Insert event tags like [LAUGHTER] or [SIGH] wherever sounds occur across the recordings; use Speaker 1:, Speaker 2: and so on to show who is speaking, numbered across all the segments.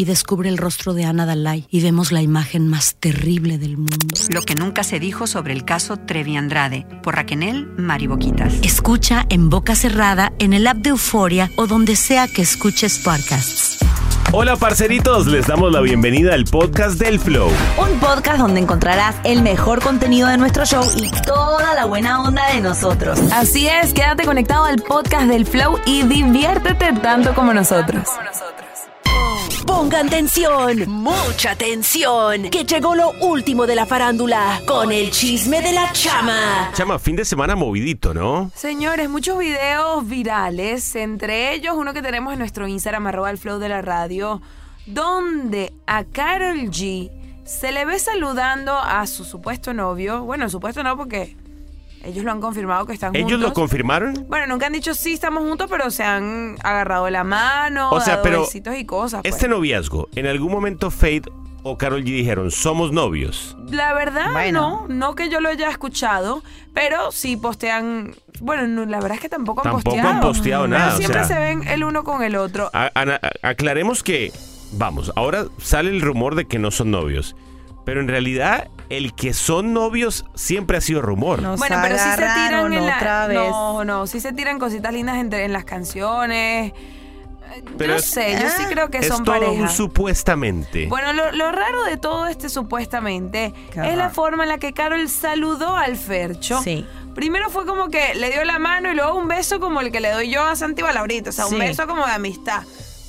Speaker 1: Y descubre el rostro de Ana Dalai y vemos la imagen más terrible del mundo.
Speaker 2: Lo que nunca se dijo sobre el caso Trevi Andrade por Raquel Mariboquitas.
Speaker 1: Escucha en boca cerrada, en el app de Euforia o donde sea que escuches podcasts.
Speaker 3: Hola parceritos, les damos la bienvenida al podcast del Flow.
Speaker 4: Un podcast donde encontrarás el mejor contenido de nuestro show y toda la buena onda de nosotros.
Speaker 5: Así es, quédate conectado al podcast del Flow y diviértete tanto como nosotros.
Speaker 6: Pongan tensión, mucha tensión, que llegó lo último de la farándula con el chisme de la chama.
Speaker 3: Chama, fin de semana movidito, ¿no?
Speaker 5: Señores, muchos videos virales, entre ellos uno que tenemos en nuestro Instagram, arroba el flow de la radio, donde a Carol G se le ve saludando a su supuesto novio. Bueno, supuesto no, porque ellos lo han confirmado que están
Speaker 3: ¿Ellos lo
Speaker 5: juntos.
Speaker 3: confirmaron?
Speaker 5: Bueno, nunca han dicho sí, estamos juntos, pero se han agarrado la mano,
Speaker 3: O sea,
Speaker 5: dado
Speaker 3: pero
Speaker 5: besitos y
Speaker 4: Ah,
Speaker 5: cosas. pues.
Speaker 3: Este noviazgo, en algún momento Fade o Carol G dijeron, somos novios.
Speaker 5: La verdad,
Speaker 4: Bueno.
Speaker 5: no, no que yo lo haya escuchado, pero sí postean. Bueno, no, la verdad es que tampoco han
Speaker 3: Tampoco
Speaker 5: posteado.
Speaker 3: han posteado
Speaker 5: Pero
Speaker 3: nada, o
Speaker 5: Siempre
Speaker 3: sea.
Speaker 5: se ven el uno con el otro.
Speaker 3: A- ana- a- aclaremos que, vamos, ahora sale el rumor de que no son novios, pero en realidad el que son novios siempre ha sido rumor.
Speaker 4: Nos
Speaker 5: bueno, pero sí se
Speaker 4: agarraron
Speaker 5: tiran en la-
Speaker 4: otra vez.
Speaker 5: No, no, sí se tiran cositas lindas entre- en las canciones. Eh,
Speaker 3: Pero
Speaker 5: yo
Speaker 3: es-
Speaker 5: sé, yo
Speaker 4: Ah.
Speaker 5: sí creo que
Speaker 3: es
Speaker 5: son
Speaker 3: todo
Speaker 5: pareja.
Speaker 3: un supuestamente.
Speaker 5: Bueno, lo, lo raro de todo este supuestamente
Speaker 4: Qué
Speaker 5: es la
Speaker 4: raro.
Speaker 5: forma en la que Carol saludó al Fercho.
Speaker 4: Sí.
Speaker 5: Primero fue como que le dio la mano y luego un beso como el que le doy yo a Santiago Laurita. O sea,
Speaker 4: Sí.
Speaker 5: un beso como de amistad.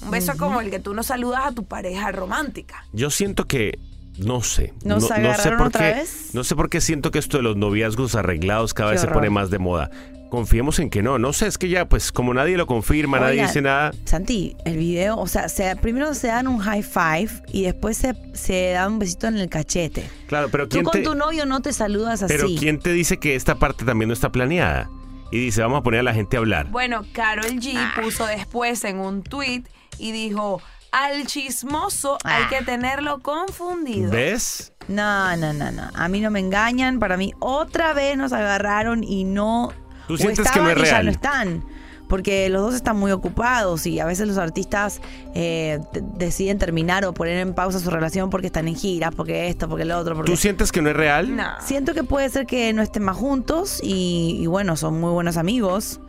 Speaker 5: Un beso como el que tú no saludas a tu pareja romántica.
Speaker 3: Yo siento que no sé.
Speaker 4: ¿Nos
Speaker 3: no, no sé
Speaker 4: agarraron
Speaker 3: por
Speaker 4: otra
Speaker 3: qué,
Speaker 4: vez?
Speaker 3: No sé por qué siento que esto de los noviazgos arreglados cada
Speaker 4: Qué
Speaker 3: vez se pone
Speaker 4: horror.
Speaker 3: más de moda. Confiemos en que no. No sé, es que ya, pues, como nadie lo confirma, nadie
Speaker 4: Oigan.
Speaker 3: dice nada.
Speaker 4: Santi, el video, o sea, se- primero se dan un high five y después se, se dan un besito en el cachete.
Speaker 3: Claro, pero
Speaker 4: Tú
Speaker 3: ¿quién
Speaker 4: con
Speaker 3: te,
Speaker 4: tu novio no te saludas
Speaker 3: pero
Speaker 4: así.
Speaker 3: quién te dice que esta parte también no está planeada? Y dice, vamos a poner a la gente a hablar.
Speaker 5: Bueno, Carol G puso después en un tweet y dijo, al chismoso hay
Speaker 4: Ah.
Speaker 5: que tenerlo confundido.
Speaker 3: ¿Ves?
Speaker 4: No, no, no, no. A mí no me engañan. Para mí, otra vez nos agarraron y no.
Speaker 3: ¿Tú
Speaker 4: o
Speaker 3: sientes que
Speaker 4: estaban
Speaker 3: no es
Speaker 4: y ya
Speaker 3: real?
Speaker 4: no están. Porque los dos están muy ocupados y a veces los artistas eh, te- deciden terminar o poner en pausa su relación porque están en giras, porque esto, porque lo otro. Porque...
Speaker 3: ¿Tú sientes que no es real?
Speaker 5: No.
Speaker 4: Siento que puede ser que no estén más juntos y, y bueno, son muy buenos amigos.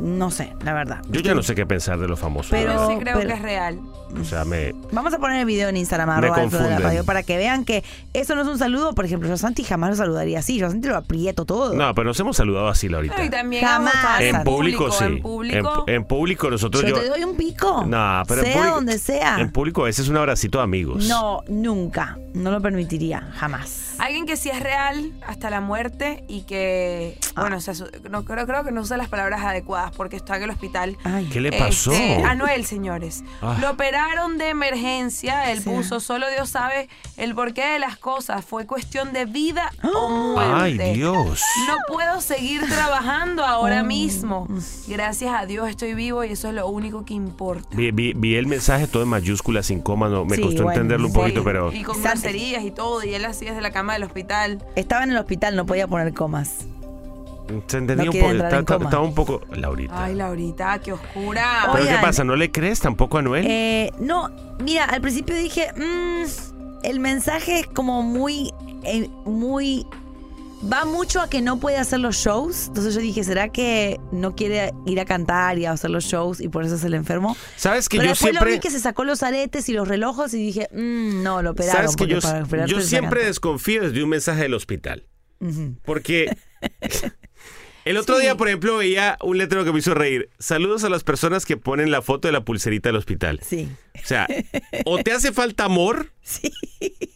Speaker 4: No sé, la verdad.
Speaker 3: Yo ya no sé qué pensar de los famosos. la
Speaker 4: Pero-
Speaker 5: Yo
Speaker 3: verdad.
Speaker 5: sí creo
Speaker 4: pero-
Speaker 5: que es real.
Speaker 3: O sea, me.
Speaker 4: Vamos a poner el video en Instagram,
Speaker 3: Me
Speaker 4: arroba el flow de la
Speaker 3: confunden.
Speaker 4: radio, para que vean que eso no es un saludo. Por ejemplo, yo a Santi jamás lo saludaría así. Yo a Santi lo aprieto todo.
Speaker 3: No, pero nos hemos saludado así, Laurita.
Speaker 5: Y también
Speaker 4: Jamás.
Speaker 5: vamos a-
Speaker 3: En público, sí.
Speaker 5: En público.
Speaker 3: En, en público nosotros
Speaker 4: yo,
Speaker 3: yo.
Speaker 4: te doy un pico.
Speaker 3: No, Ah, pero en
Speaker 4: sea
Speaker 3: público-
Speaker 4: donde sea.
Speaker 3: En público a veces un abracito de amigos.
Speaker 4: No, nunca. No lo permitiría, jamás.
Speaker 5: Alguien que sí es real hasta la muerte y que,
Speaker 4: Ah.
Speaker 5: bueno, o sea, su- no, creo, creo que no usa las palabras adecuadas porque está en el hospital.
Speaker 3: ¿Qué le pasó?
Speaker 5: Este, Anuel, señores.
Speaker 3: Ah.
Speaker 5: Lo operaron de emergencia, él puso, solo Dios sabe el porqué de las cosas. Fue cuestión de vida o
Speaker 4: Ah.
Speaker 3: Ay,
Speaker 5: muerte.
Speaker 3: Dios.
Speaker 5: No puedo seguir trabajando
Speaker 4: [LAUGHS]
Speaker 5: ahora mismo. Gracias a Dios estoy vivo y eso es lo único que importa.
Speaker 3: Vi, vi- vi el mensaje todo en mayúsculas, sin coma, no, me
Speaker 4: Sí,
Speaker 3: costó
Speaker 4: bueno,
Speaker 3: entenderlo un
Speaker 4: sí.
Speaker 3: poquito, pero.
Speaker 5: Y con groserías y todo, y él así desde la cama del hospital.
Speaker 4: Estaba en el hospital, no podía poner comas.
Speaker 3: Se entendía
Speaker 4: No
Speaker 3: un
Speaker 4: quiere
Speaker 3: poco.
Speaker 4: entrar en
Speaker 3: está-
Speaker 4: coma. Ah,
Speaker 3: Estaba un poco. Laurita.
Speaker 5: Ay, Laurita, qué oscura.
Speaker 3: ¿Pero qué
Speaker 4: Oigan,
Speaker 3: pasa? ¿No le crees tampoco a Noel?
Speaker 4: Eh, no, mira, al principio dije, "Mm, el mensaje es como muy, eh, muy, va mucho a que no puede hacer los shows. Entonces yo dije, ¿será que no quiere ir a cantar y a hacer los shows y por eso se le enfermó?
Speaker 3: ¿Sabes que
Speaker 4: Pero
Speaker 3: yo
Speaker 4: después
Speaker 3: siempre-
Speaker 4: lo vi que se sacó los aretes y los relojes y dije, "Mm, no, lo operaron.
Speaker 3: ¿Sabes que
Speaker 4: porque
Speaker 3: yo,
Speaker 4: para operarte
Speaker 3: yo
Speaker 4: se
Speaker 3: siempre
Speaker 4: sacan".
Speaker 3: desconfío desde un mensaje del hospital?
Speaker 4: Ujú. [LAUGHS]
Speaker 3: Porque el otro día, por ejemplo, veía un letrero que me hizo reír. Saludos a las personas que ponen la foto de la pulserita del hospital.
Speaker 4: Sí.
Speaker 3: O sea, o te hace falta
Speaker 4: [LAUGHS]
Speaker 3: amor.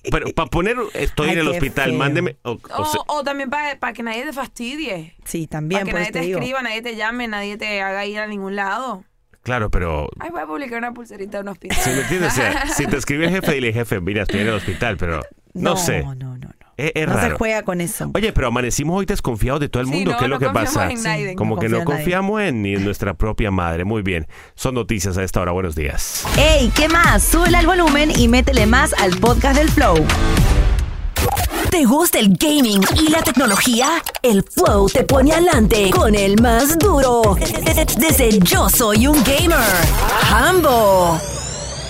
Speaker 3: Pero para poner estoy
Speaker 5: Ay,
Speaker 3: en el
Speaker 5: qué
Speaker 3: hospital,
Speaker 5: feo.
Speaker 3: mándeme. O,
Speaker 5: O,
Speaker 3: o sea,
Speaker 4: Oh.
Speaker 5: o también para que nadie te fastidie.
Speaker 4: Sí, también,
Speaker 5: Para que
Speaker 4: por
Speaker 5: nadie
Speaker 4: eso te
Speaker 5: te
Speaker 4: digo.
Speaker 5: escriba, nadie te llame, nadie te haga ir a ningún lado.
Speaker 3: claro, pero.
Speaker 5: Ay, voy a publicar una pulserita en un hospital.
Speaker 3: ¿Sí me entiendes? O
Speaker 4: [LAUGHS]
Speaker 3: sea, si te escribe el jefe, dile jefe, mira, estoy en el hospital, pero. No,
Speaker 4: No,
Speaker 3: sé.
Speaker 4: no,
Speaker 3: Es, es
Speaker 4: No se
Speaker 3: raro.
Speaker 4: juega con eso.
Speaker 3: Oye, pero amanecimos hoy desconfiados de todo el
Speaker 4: Sí,
Speaker 3: mundo.
Speaker 4: no,
Speaker 3: ¿Qué es lo
Speaker 4: no
Speaker 3: que
Speaker 4: confiamos
Speaker 3: pasa?
Speaker 4: en nadie. Sí,
Speaker 3: Como
Speaker 4: no
Speaker 3: que no
Speaker 4: confío en nadie.
Speaker 3: confiamos en ni en nuestra propia madre. Muy bien. Son noticias a esta hora. Buenos días.
Speaker 4: ¡Ey! ¿Qué más? Súbele al volumen y métele más al podcast del Flow.
Speaker 6: ¿Te gusta el gaming y la tecnología? El Flow te pone adelante con el más duro. Desde Yo Soy un Gamer. Hambo.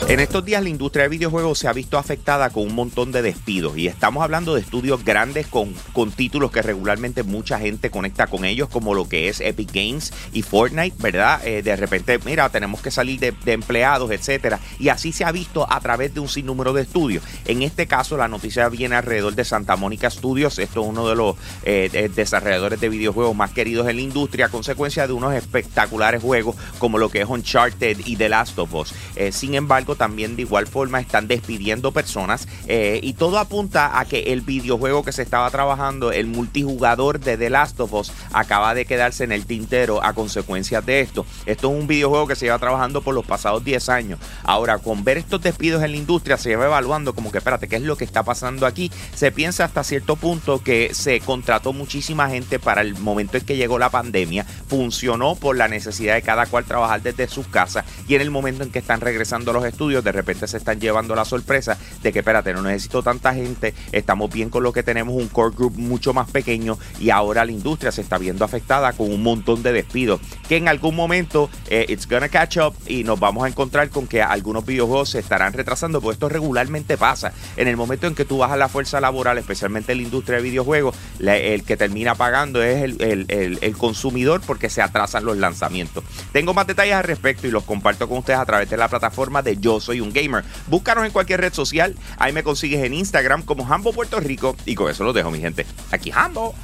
Speaker 7: En estos días la industria de videojuegos se ha visto afectada con un montón de despidos y estamos hablando de estudios grandes con, con títulos que regularmente mucha gente conecta con ellos como lo que es Epic Games y Fortnite, ¿verdad? Eh, de repente, mira, tenemos que salir de, de empleados, etcétera. Y así se ha visto a través de un sinnúmero de estudios. En este caso la noticia viene alrededor de Santa Mónica Studios. Esto es uno de los eh, de- desarrolladores de videojuegos más queridos en la industria a consecuencia de unos espectaculares juegos como lo que es Uncharted y The Last of Us. Eh, sin embargo, también de igual forma están despidiendo personas eh, y todo apunta a que el videojuego que se estaba trabajando, el multijugador de The Last of Us, acaba de quedarse en el tintero a consecuencia de esto. Esto es un videojuego que se lleva trabajando por los pasados 10 años. Ahora, con ver estos despidos en la industria, se lleva evaluando como que, espérate, ¿qué es lo que está pasando aquí? Se piensa hasta cierto punto que se contrató muchísima gente para el momento en que llegó la pandemia. Funcionó por la necesidad de cada cual trabajar desde sus casas y en el momento en que están regresando a los estudios, de repente se están llevando la sorpresa de que, espérate, no necesito tanta gente, estamos bien con lo que tenemos, un core group mucho más pequeño y ahora la industria se está viendo afectada con un montón de despidos que en algún momento eh, it's gonna catch up y nos vamos a encontrar con que algunos videojuegos se estarán retrasando, porque esto regularmente pasa. En el momento en que tú bajas la fuerza laboral, especialmente en la industria de videojuegos, la- el que termina pagando es el, el- el- el consumidor porque se atrasan los lanzamientos. Tengo más detalles al respecto y los comparto con ustedes a través de la plataforma de Yo Soy un Gamer. Búscanos en cualquier red social, ahí me consigues en Instagram como Hambo Puerto Rico y con eso los dejo mi gente. Aquí Hambo.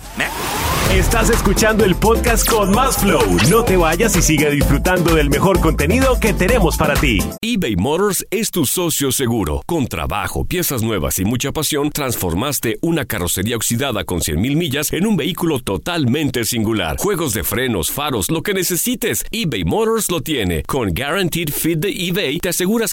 Speaker 8: Estás escuchando el podcast con más flow. No te vayas y sigue disfrutando del mejor contenido que tenemos para ti.
Speaker 9: eBay Motors es tu socio seguro. Con trabajo, piezas nuevas y mucha pasión, transformaste una carrocería oxidada con 100.000 millas en un vehículo totalmente singular. Juegos de frenos, faros, lo que necesites, eBay Motors lo tiene. Con Guaranteed Fit de eBay, te aseguras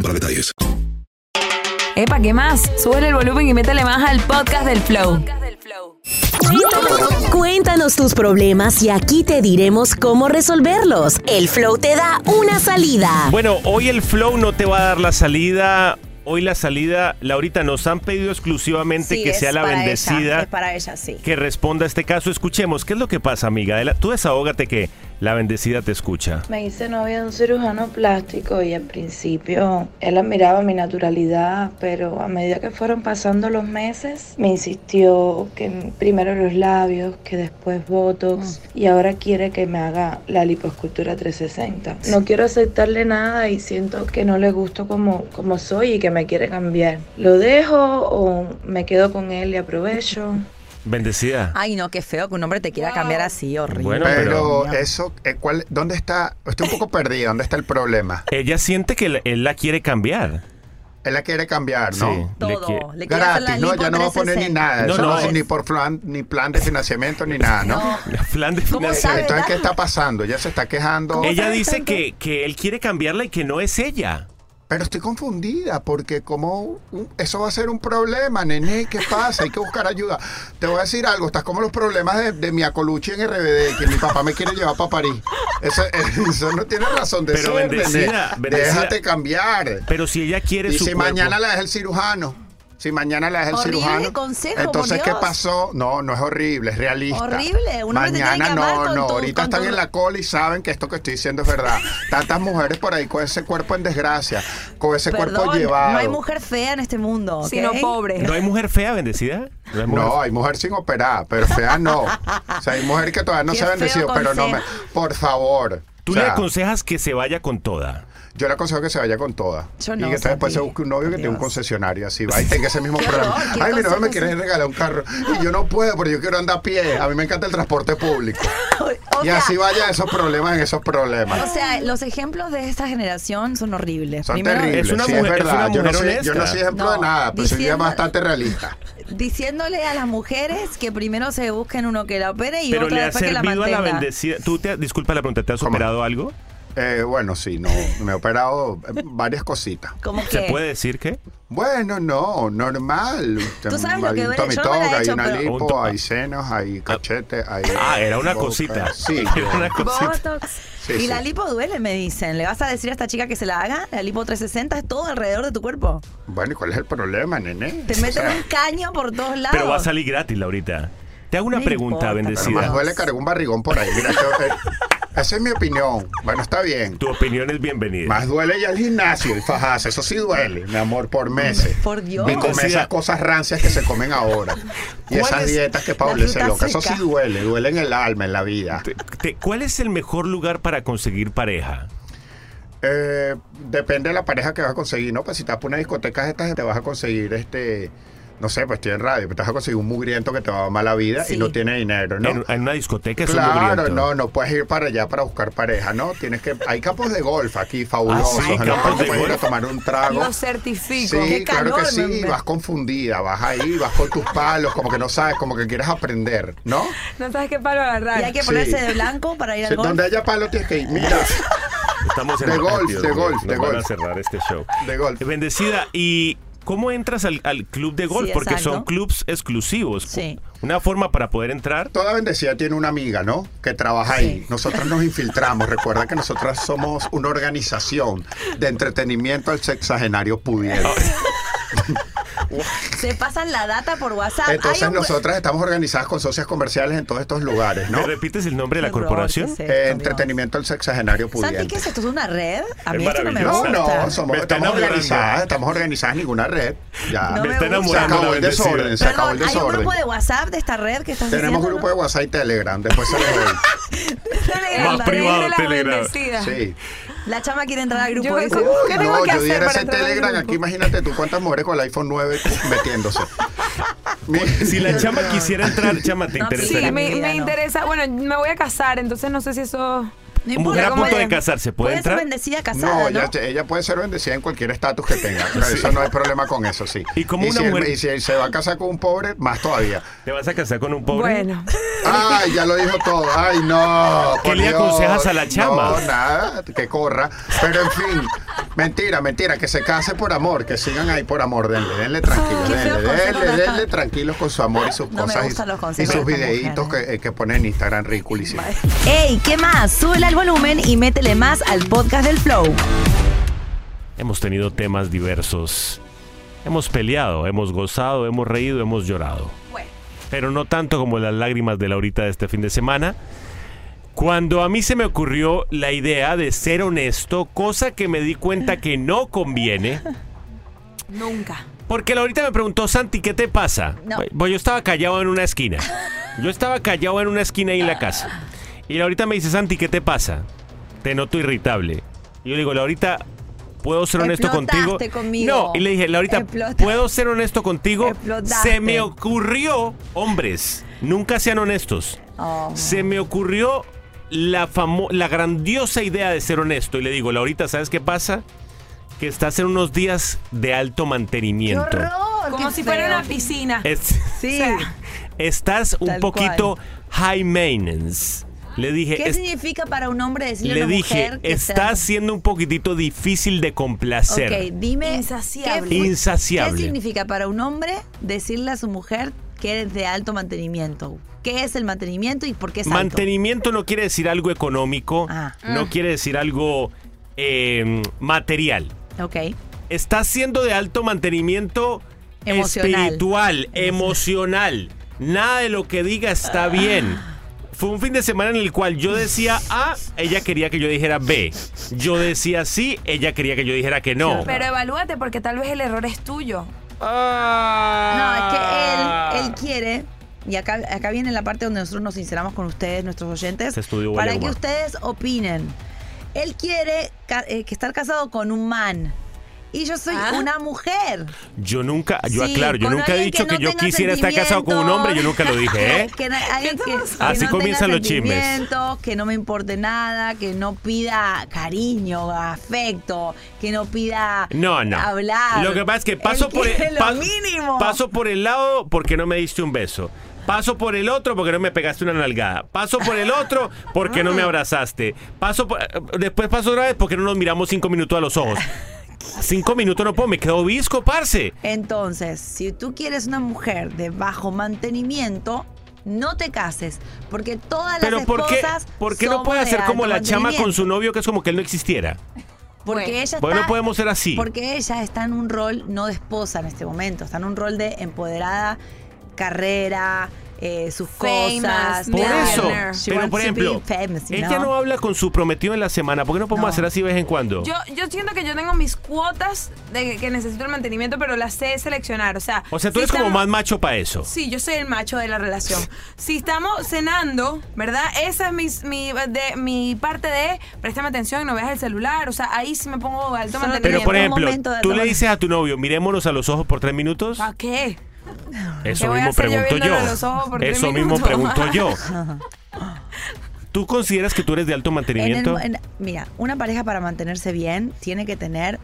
Speaker 10: para detalles.
Speaker 5: [LAUGHS] Epa, ¿qué más? Sube el volumen y métele más al podcast del Flow.
Speaker 6: Cuéntanos tus problemas y aquí te diremos cómo resolverlos. El Flow te da una salida.
Speaker 3: Bueno, hoy el flow no te va a dar la salida. Hoy la salida, Laurita, nos han pedido exclusivamente
Speaker 11: Sí,
Speaker 3: que
Speaker 11: es
Speaker 3: sea la
Speaker 11: para ella,
Speaker 3: bendecida
Speaker 11: es para ella, sí.
Speaker 3: que responda a este caso. Escuchemos, ¿qué es lo que pasa, amiga? Adela- Tú desahógate que la bendecida te escucha.
Speaker 12: Me hice novia de un cirujano plástico y al principio él admiraba mi naturalidad, pero a medida que fueron pasando los meses, me insistió que primero los labios, que después Botox
Speaker 5: Mm.
Speaker 12: y ahora quiere que me haga la lipoescultura 360. No quiero aceptarle nada y siento que no le gusto como, como soy y que me quiere cambiar. ¿Lo dejo o Mm, me quedo con él y aprovecho?
Speaker 3: Bendecida.
Speaker 4: Ay, no, qué feo que un hombre te quiera cambiar así, horrible.
Speaker 3: Bueno,
Speaker 13: pero,
Speaker 3: pero-
Speaker 13: eso, eh, ¿cuál, ¿dónde está? Estoy un poco perdido, ¿dónde está el problema?
Speaker 3: Ella siente que la- él la quiere cambiar.
Speaker 13: Él la quiere cambiar, ¿no?
Speaker 3: Sí, le Todo, qui- le quiere hacer la
Speaker 13: Gratis, ¿no?
Speaker 3: lipo
Speaker 13: Ya no va a poner ni
Speaker 3: 360.
Speaker 13: nada.
Speaker 3: No,
Speaker 13: eso
Speaker 3: no.
Speaker 13: no es ni por plan, ni plan de financiamiento ni nada, ¿no?
Speaker 3: [LAUGHS] Plan de
Speaker 13: Entonces,
Speaker 3: financiamiento.
Speaker 13: ¿qué está pasando? Ella se está quejando.
Speaker 3: Ella dice que, que él quiere cambiarla y que no es ella.
Speaker 13: Pero estoy confundida porque como un- eso va a ser un problema, nene, ¿qué pasa? Hay que buscar ayuda. Te voy a decir algo, estás como los problemas de, de mi acoluchi en RBD, que mi papá me quiere llevar para París. Eso, [LAUGHS] eso no tiene razón de
Speaker 3: Pero
Speaker 13: ser,
Speaker 3: bendecida,
Speaker 13: nene.
Speaker 3: bendecida.
Speaker 13: Déjate cambiar.
Speaker 3: Pero si ella quiere
Speaker 13: Y
Speaker 3: su
Speaker 13: si
Speaker 3: cuerpo-
Speaker 13: mañana la deja el cirujano. Si mañana la deja el
Speaker 4: Horrible
Speaker 13: cirujano.
Speaker 4: consejo, por
Speaker 13: entonces, ¿qué
Speaker 4: Dios.
Speaker 13: pasó? No, no es horrible, es realista.
Speaker 4: Horrible, un hombre te tiene
Speaker 13: Mañana
Speaker 4: que amar
Speaker 13: no,
Speaker 4: con
Speaker 13: no.
Speaker 4: tu-
Speaker 13: Ahorita
Speaker 4: con
Speaker 13: están
Speaker 4: tu-
Speaker 13: en la cola y saben que esto que estoy diciendo es
Speaker 4: [LAUGHS]
Speaker 13: verdad. Tantas mujeres por ahí con ese cuerpo en desgracia, con ese cuerpo
Speaker 4: Perdón,
Speaker 13: llevado.
Speaker 4: No hay mujer fea en este mundo. ¿ok?
Speaker 13: ¿No
Speaker 3: hay mujer fea bendecida? No, hay
Speaker 13: mujer, sin operar, pero fea no. O sea, hay mujer que todavía no
Speaker 4: Qué
Speaker 13: se ha
Speaker 4: feo
Speaker 13: bendecido, pero no me.
Speaker 4: consejo.
Speaker 13: Por favor.
Speaker 3: Tú
Speaker 13: O sea,
Speaker 3: le aconsejas que se vaya con toda.
Speaker 13: Yo le aconsejo que se vaya con toda.
Speaker 3: Yo no,
Speaker 13: y que entonces después se
Speaker 3: Santi.
Speaker 13: busque un novio que tenga un concesionario así. Va y tenga ese mismo
Speaker 3: Qué
Speaker 13: programa.
Speaker 3: horror, qué
Speaker 13: Ay, mi novio me
Speaker 3: consejos.
Speaker 13: quiere regalar un carro. Y yo no puedo, pero yo quiero andar a pie. A mí me encanta el transporte público.
Speaker 4: [LAUGHS] O
Speaker 13: y
Speaker 4: sea-
Speaker 13: así vaya esos problemas en esos problemas.
Speaker 4: O sea, los ejemplos de esta generación son horribles.
Speaker 13: Son
Speaker 4: Primero,
Speaker 13: terribles. sí, es verdad. yo, no soy, yo no soy ejemplo de
Speaker 4: No,
Speaker 13: nada, pero soy
Speaker 4: diciendo-
Speaker 13: bastante
Speaker 4: [LAUGHS]
Speaker 13: realista.
Speaker 4: Diciéndole a las mujeres que primero se busquen uno que la opere y
Speaker 3: Pero
Speaker 4: otro
Speaker 3: le ha
Speaker 4: después que la
Speaker 3: servido a la
Speaker 4: mantenga.
Speaker 3: bendecida. Tú te, disculpa la pregunta, ¿te has operado algo?
Speaker 13: Eh, bueno, sí, no. Me he operado eh, varias cositas.
Speaker 4: ¿Cómo
Speaker 3: ¿Se puede decir qué?
Speaker 13: Bueno, no, normal.
Speaker 4: Tú sabes lo
Speaker 13: hay
Speaker 4: que
Speaker 13: un
Speaker 4: duele, yo no me la he
Speaker 13: tomitón, hay
Speaker 4: hecho,
Speaker 13: una
Speaker 4: pero- Un
Speaker 13: lipo,
Speaker 4: to-
Speaker 13: hay senos, hay cachete, hay...
Speaker 3: Ah, era una
Speaker 13: boca.
Speaker 3: cosita.
Speaker 13: Sí.
Speaker 3: [LAUGHS] Era una
Speaker 4: Botox.
Speaker 13: Sí,
Speaker 4: y
Speaker 13: sí.
Speaker 4: la lipo duele, me dicen. ¿Le vas a decir a esta chica que se la haga? La lipo 360 es todo alrededor de tu cuerpo.
Speaker 13: Bueno, ¿y cuál es el problema, nene?
Speaker 4: Te
Speaker 13: O
Speaker 4: meten
Speaker 13: sea,
Speaker 4: un caño por todos lados.
Speaker 3: Pero va a salir gratis, Laurita. Te hago una
Speaker 4: No
Speaker 3: pregunta,
Speaker 4: importa,
Speaker 13: pero más
Speaker 3: bendecida.
Speaker 13: duele cargar un barrigón por ahí. Mira, yo, eh, esa es mi opinión. Bueno, está bien.
Speaker 3: Tu opinión es bienvenida.
Speaker 13: Más duele ya el gimnasio, el fajarse. Eso sí duele, mi amor, por meses.
Speaker 4: Por Dios.
Speaker 13: Y comer
Speaker 3: Bendecida.
Speaker 13: esas cosas rancias que se comen ahora. Y
Speaker 3: ¿Cuál
Speaker 13: esas
Speaker 3: es
Speaker 13: dietas que
Speaker 3: la
Speaker 13: Paula se
Speaker 3: fruta
Speaker 13: loca. Eso
Speaker 3: seca?
Speaker 13: sí duele, duele en el alma, en la vida.
Speaker 3: Te- ¿Cuál es el mejor lugar para conseguir pareja?
Speaker 13: Eh, depende de la pareja que vas a conseguir, ¿no? Pues si estás por una discoteca de estas, te vas a conseguir este. No sé, pues estoy en radio, pero te vas a conseguir un mugriento que te va a dar mala vida y no tiene dinero, ¿no?
Speaker 3: En, en una discoteca es un
Speaker 13: Claro,
Speaker 3: mugriento.
Speaker 13: no, no puedes ir para allá para buscar pareja, ¿no? Tienes que, hay campos de golf aquí fabulosos,
Speaker 3: Ah, sí,
Speaker 13: en los
Speaker 3: campos
Speaker 13: cuales
Speaker 3: de
Speaker 13: te puedes ir a
Speaker 3: golf.
Speaker 13: tomar un trago.
Speaker 5: Lo certifico.
Speaker 13: Sí, claro que sí, vas confundida, vas ahí, vas con tus palos, como que no sabes, como que quieres aprender, ¿no?
Speaker 5: No sabes qué palo agarrar.
Speaker 4: Y hay que
Speaker 13: Sí.
Speaker 4: ponerse de blanco para ir al
Speaker 13: Sí,
Speaker 4: golf.
Speaker 13: donde haya palo tienes que ir. Mira,
Speaker 3: Estamos en
Speaker 13: de
Speaker 3: Ay,
Speaker 13: golf,
Speaker 3: Dios
Speaker 13: de
Speaker 3: mío,
Speaker 13: golf,
Speaker 3: nos
Speaker 13: de
Speaker 3: van
Speaker 13: golf.
Speaker 3: a cerrar este show.
Speaker 13: De golf.
Speaker 3: Bendecida, ¿y cómo entras al, al club de golf?
Speaker 13: Sí,
Speaker 3: Porque son
Speaker 13: exacto.
Speaker 3: clubs exclusivos. Una forma para poder entrar.
Speaker 13: Toda bendecida tiene una amiga, ¿no? Que trabaja ahí. Nosotros nos infiltramos. Recuerda que nosotras somos una organización de entretenimiento al sexagenario pudiente.
Speaker 4: Se pasan la data por WhatsApp. Hay
Speaker 13: Entonces
Speaker 4: un-
Speaker 13: nosotras estamos organizadas con socias comerciales en todos estos lugares, ¿no?
Speaker 3: ¿Me repites el nombre de la
Speaker 13: Qué horror,
Speaker 3: corporación?
Speaker 4: ¿qué es
Speaker 13: Eh, entretenimiento al sexagenario
Speaker 4: Santi, ¿qué
Speaker 13: pudiente.
Speaker 4: es esto? ¿Es una red? A
Speaker 13: Es
Speaker 4: mí esto no me
Speaker 13: maravilloso.
Speaker 4: gusta.
Speaker 13: No, no, somos-
Speaker 3: Me está
Speaker 13: estamos
Speaker 3: enamorando.
Speaker 13: organizadas, estamos organizadas en ninguna red. Ya.
Speaker 4: No Me
Speaker 3: está me gusta.
Speaker 13: Se acabó
Speaker 3: enamorando
Speaker 13: el
Speaker 3: la bendecida.
Speaker 13: desorden, se acabó el
Speaker 4: Hay un
Speaker 13: desorden.
Speaker 4: grupo de WhatsApp de esta red que estás
Speaker 13: Tenemos
Speaker 4: diciendo.
Speaker 13: grupo de WhatsApp y Telegram, después se les doy.
Speaker 4: Telegram,
Speaker 3: Más privado,
Speaker 4: la red de las
Speaker 3: Telegram.
Speaker 4: bendecidas.
Speaker 13: Sí.
Speaker 4: La chama quiere entrar al grupo.
Speaker 13: Uy,
Speaker 4: ese.
Speaker 13: no, yo diera ese Telegram aquí, imagínate tú cuántas mujeres con el iPhone 9
Speaker 3: [LAUGHS]
Speaker 13: metiéndose.
Speaker 3: Si la chama quisiera entrar, chama, te interesaría.
Speaker 5: Sí, me, me interesa. Bueno, me voy a casar, entonces no sé si eso.
Speaker 3: Mujer a punto de casarse, ¿puede entrar?
Speaker 4: bendecida
Speaker 13: no, Ella, ella puede ser bendecida en cualquier estatus que
Speaker 3: [LAUGHS]
Speaker 13: tenga. pero
Speaker 3: Sí.
Speaker 13: Eso no hay problema con eso, sí. Y,
Speaker 3: como una
Speaker 13: si él-
Speaker 3: mujer-
Speaker 13: y si él se va a casar con un pobre, más todavía.
Speaker 3: ¿Te vas a casar con un pobre?
Speaker 5: Bueno.
Speaker 13: Ay, ya lo dijo todo. Ay, no.
Speaker 3: ¿Qué
Speaker 13: por
Speaker 3: le
Speaker 13: Dios.
Speaker 3: aconsejas a la chama?
Speaker 13: No, nada, que corra. Pero en fin, mentira, mentira, que se case por amor, que sigan ahí por amor. Denle, denle tranquilo,
Speaker 4: Ay, qué
Speaker 13: denle,
Speaker 4: feo consejo,
Speaker 13: denle,
Speaker 4: Rafa.
Speaker 13: denle tranquilos con su amor y sus
Speaker 4: No me
Speaker 13: cosas.
Speaker 4: gustan los
Speaker 13: y, y
Speaker 4: consejos
Speaker 13: sus
Speaker 4: de esta
Speaker 13: videitos que, eh, que ponen en Instagram ridiculísimos.
Speaker 4: Ey, ¿qué más? Súbele al volumen y métele más al podcast del Flow.
Speaker 3: Hemos tenido temas diversos. Hemos peleado, hemos gozado, hemos reído, hemos llorado. Pero no tanto como las lágrimas de Laurita de este fin de semana. Cuando a mí se me ocurrió la idea de ser honesto, cosa que me di cuenta que no conviene.
Speaker 5: Nunca.
Speaker 3: Porque Laurita me preguntó, Santi, ¿qué te pasa?
Speaker 5: No.
Speaker 3: Pues yo estaba callado en una esquina. Yo estaba callado en una esquina ahí en
Speaker 4: Ah.
Speaker 3: la casa. Y Laurita me dice, Santi, ¿qué te pasa? Te noto irritable. Y yo le digo, Laurita, ¿puedo ser honesto
Speaker 4: Explotaste
Speaker 3: contigo?
Speaker 4: conmigo.
Speaker 3: No, y le dije, Laurita,
Speaker 4: Explota-
Speaker 3: ¿puedo ser honesto contigo?
Speaker 4: Explotaste.
Speaker 3: Se me ocurrió, hombres, nunca sean honestos.
Speaker 4: Oh.
Speaker 3: Se me ocurrió la, famo- la grandiosa idea de ser honesto. Y le digo, Laurita, ¿sabes qué pasa? Que estás en unos días de alto mantenimiento.
Speaker 5: Como si fuera una piscina.
Speaker 3: Es-
Speaker 4: Sí.
Speaker 3: estás un
Speaker 4: Tal
Speaker 3: poquito high maintenance. Le dije,
Speaker 4: ¿Qué
Speaker 3: "Es-
Speaker 4: significa para un hombre decirle a
Speaker 3: le
Speaker 4: una
Speaker 3: dije,
Speaker 4: mujer que sea-
Speaker 3: estás siendo un poquitito difícil de complacer.
Speaker 4: Ok, dime. Insaciable. ¿qué,
Speaker 3: Insaciable.
Speaker 4: ¿Qué significa para un hombre decirle a su mujer que es de alto mantenimiento? ¿Qué es el mantenimiento y por qué es alto?
Speaker 3: Mantenimiento no quiere decir algo económico, no
Speaker 4: Mm.
Speaker 3: quiere decir algo eh, material.
Speaker 4: Ok.
Speaker 3: Está siendo de alto mantenimiento
Speaker 4: Emocional.
Speaker 3: espiritual, emocional. Nada de lo que diga
Speaker 4: Ah.
Speaker 3: está bien. Fue un fin de semana en el cual yo decía A, ella quería que yo dijera B. Yo decía sí, ella quería que yo dijera que no.
Speaker 5: Pero evalúate porque tal vez el error es tuyo.
Speaker 4: No, es que él, él quiere, y acá, acá viene la parte donde nosotros nos sinceramos con ustedes, nuestros oyentes,
Speaker 3: Este estudio huele
Speaker 4: para
Speaker 3: a
Speaker 4: que
Speaker 3: humano.
Speaker 4: ustedes opinen. Él quiere ca- eh, que estar casado con un man. Y yo soy una mujer.
Speaker 3: Yo nunca, yo
Speaker 4: Sí,
Speaker 3: aclaro, yo
Speaker 4: con
Speaker 3: nunca he
Speaker 4: alguien
Speaker 3: dicho
Speaker 4: que
Speaker 3: que,
Speaker 4: no
Speaker 3: yo
Speaker 4: tenga
Speaker 3: quisiera estar casado con un hombre, yo nunca lo
Speaker 4: [LAUGHS]
Speaker 3: dije, ¿eh?
Speaker 4: Que, na- alguien que- que
Speaker 3: Así
Speaker 4: no
Speaker 3: comienzan
Speaker 4: tenga
Speaker 3: los chismes.
Speaker 4: sentimientos, Que no me importe nada, que no pida cariño, afecto, que no pida
Speaker 3: No, no.
Speaker 4: hablar.
Speaker 3: Lo que pasa es que paso
Speaker 4: Él
Speaker 3: por
Speaker 4: quiere
Speaker 3: el
Speaker 4: lo
Speaker 3: pa-
Speaker 4: mínimo.
Speaker 3: paso por el lado porque no me diste un beso. Paso por el otro porque no me pegaste una nalgada. Paso por el otro porque no me
Speaker 4: Ah.
Speaker 3: abrazaste. Paso por- después paso otra vez porque no nos miramos cinco minutos a los ojos. Cinco minutos no puedo, me quedo visco, parce.
Speaker 4: Entonces, si tú quieres una mujer de bajo mantenimiento, no te cases, porque todas
Speaker 3: Pero
Speaker 4: las
Speaker 3: ¿por qué,
Speaker 4: esposas
Speaker 3: por qué no
Speaker 4: somos
Speaker 3: puede
Speaker 4: de
Speaker 3: hacer como
Speaker 4: alto
Speaker 3: la chama con
Speaker 4: mantenimiento?
Speaker 3: su novio que es como que él no existiera?
Speaker 4: Porque ella
Speaker 3: Bueno,
Speaker 4: está-
Speaker 3: podemos ser así.
Speaker 4: Porque ella está en un rol no de esposa en este momento, está en un rol de empoderada, carrera, eh, sus
Speaker 5: Famous,
Speaker 4: cosas.
Speaker 3: Por eso,
Speaker 4: millionaire. She
Speaker 3: pero por
Speaker 4: wants to be
Speaker 3: ejemplo,
Speaker 4: famous, you
Speaker 3: ella
Speaker 4: know?
Speaker 3: no habla con su prometido en la semana. ¿Por qué no podemos hacer así de vez en cuando?
Speaker 5: Yo, yo siento que yo tengo mis cuotas de que, que necesito el mantenimiento, pero las sé seleccionar. O sea,
Speaker 3: o sea, tú
Speaker 5: si
Speaker 3: eres como
Speaker 5: estamos-
Speaker 3: más macho para eso.
Speaker 5: Sí, yo soy el macho de la relación. Si estamos cenando, ¿verdad? Esa es mis- mi, de- mi parte de préstame atención, no veas el celular. O sea, ahí sí me pongo alto mantenimiento.
Speaker 3: Pero por ejemplo, tú le dices a tu novio, mirémonos a los ojos por tres minutos.
Speaker 5: ¿A qué? ¿Qué
Speaker 3: Eso
Speaker 5: voy a
Speaker 3: mismo
Speaker 5: hacer yo
Speaker 3: pregunto yo.
Speaker 5: viéndole a los ojos por tres
Speaker 3: Eso mismo
Speaker 5: minutos?
Speaker 3: pregunto
Speaker 4: [LAUGHS]
Speaker 3: yo. ¿Tú consideras que tú eres de alto
Speaker 4: En el
Speaker 3: mantenimiento?
Speaker 4: mo- en- mira, una pareja para mantenerse bien tiene que tener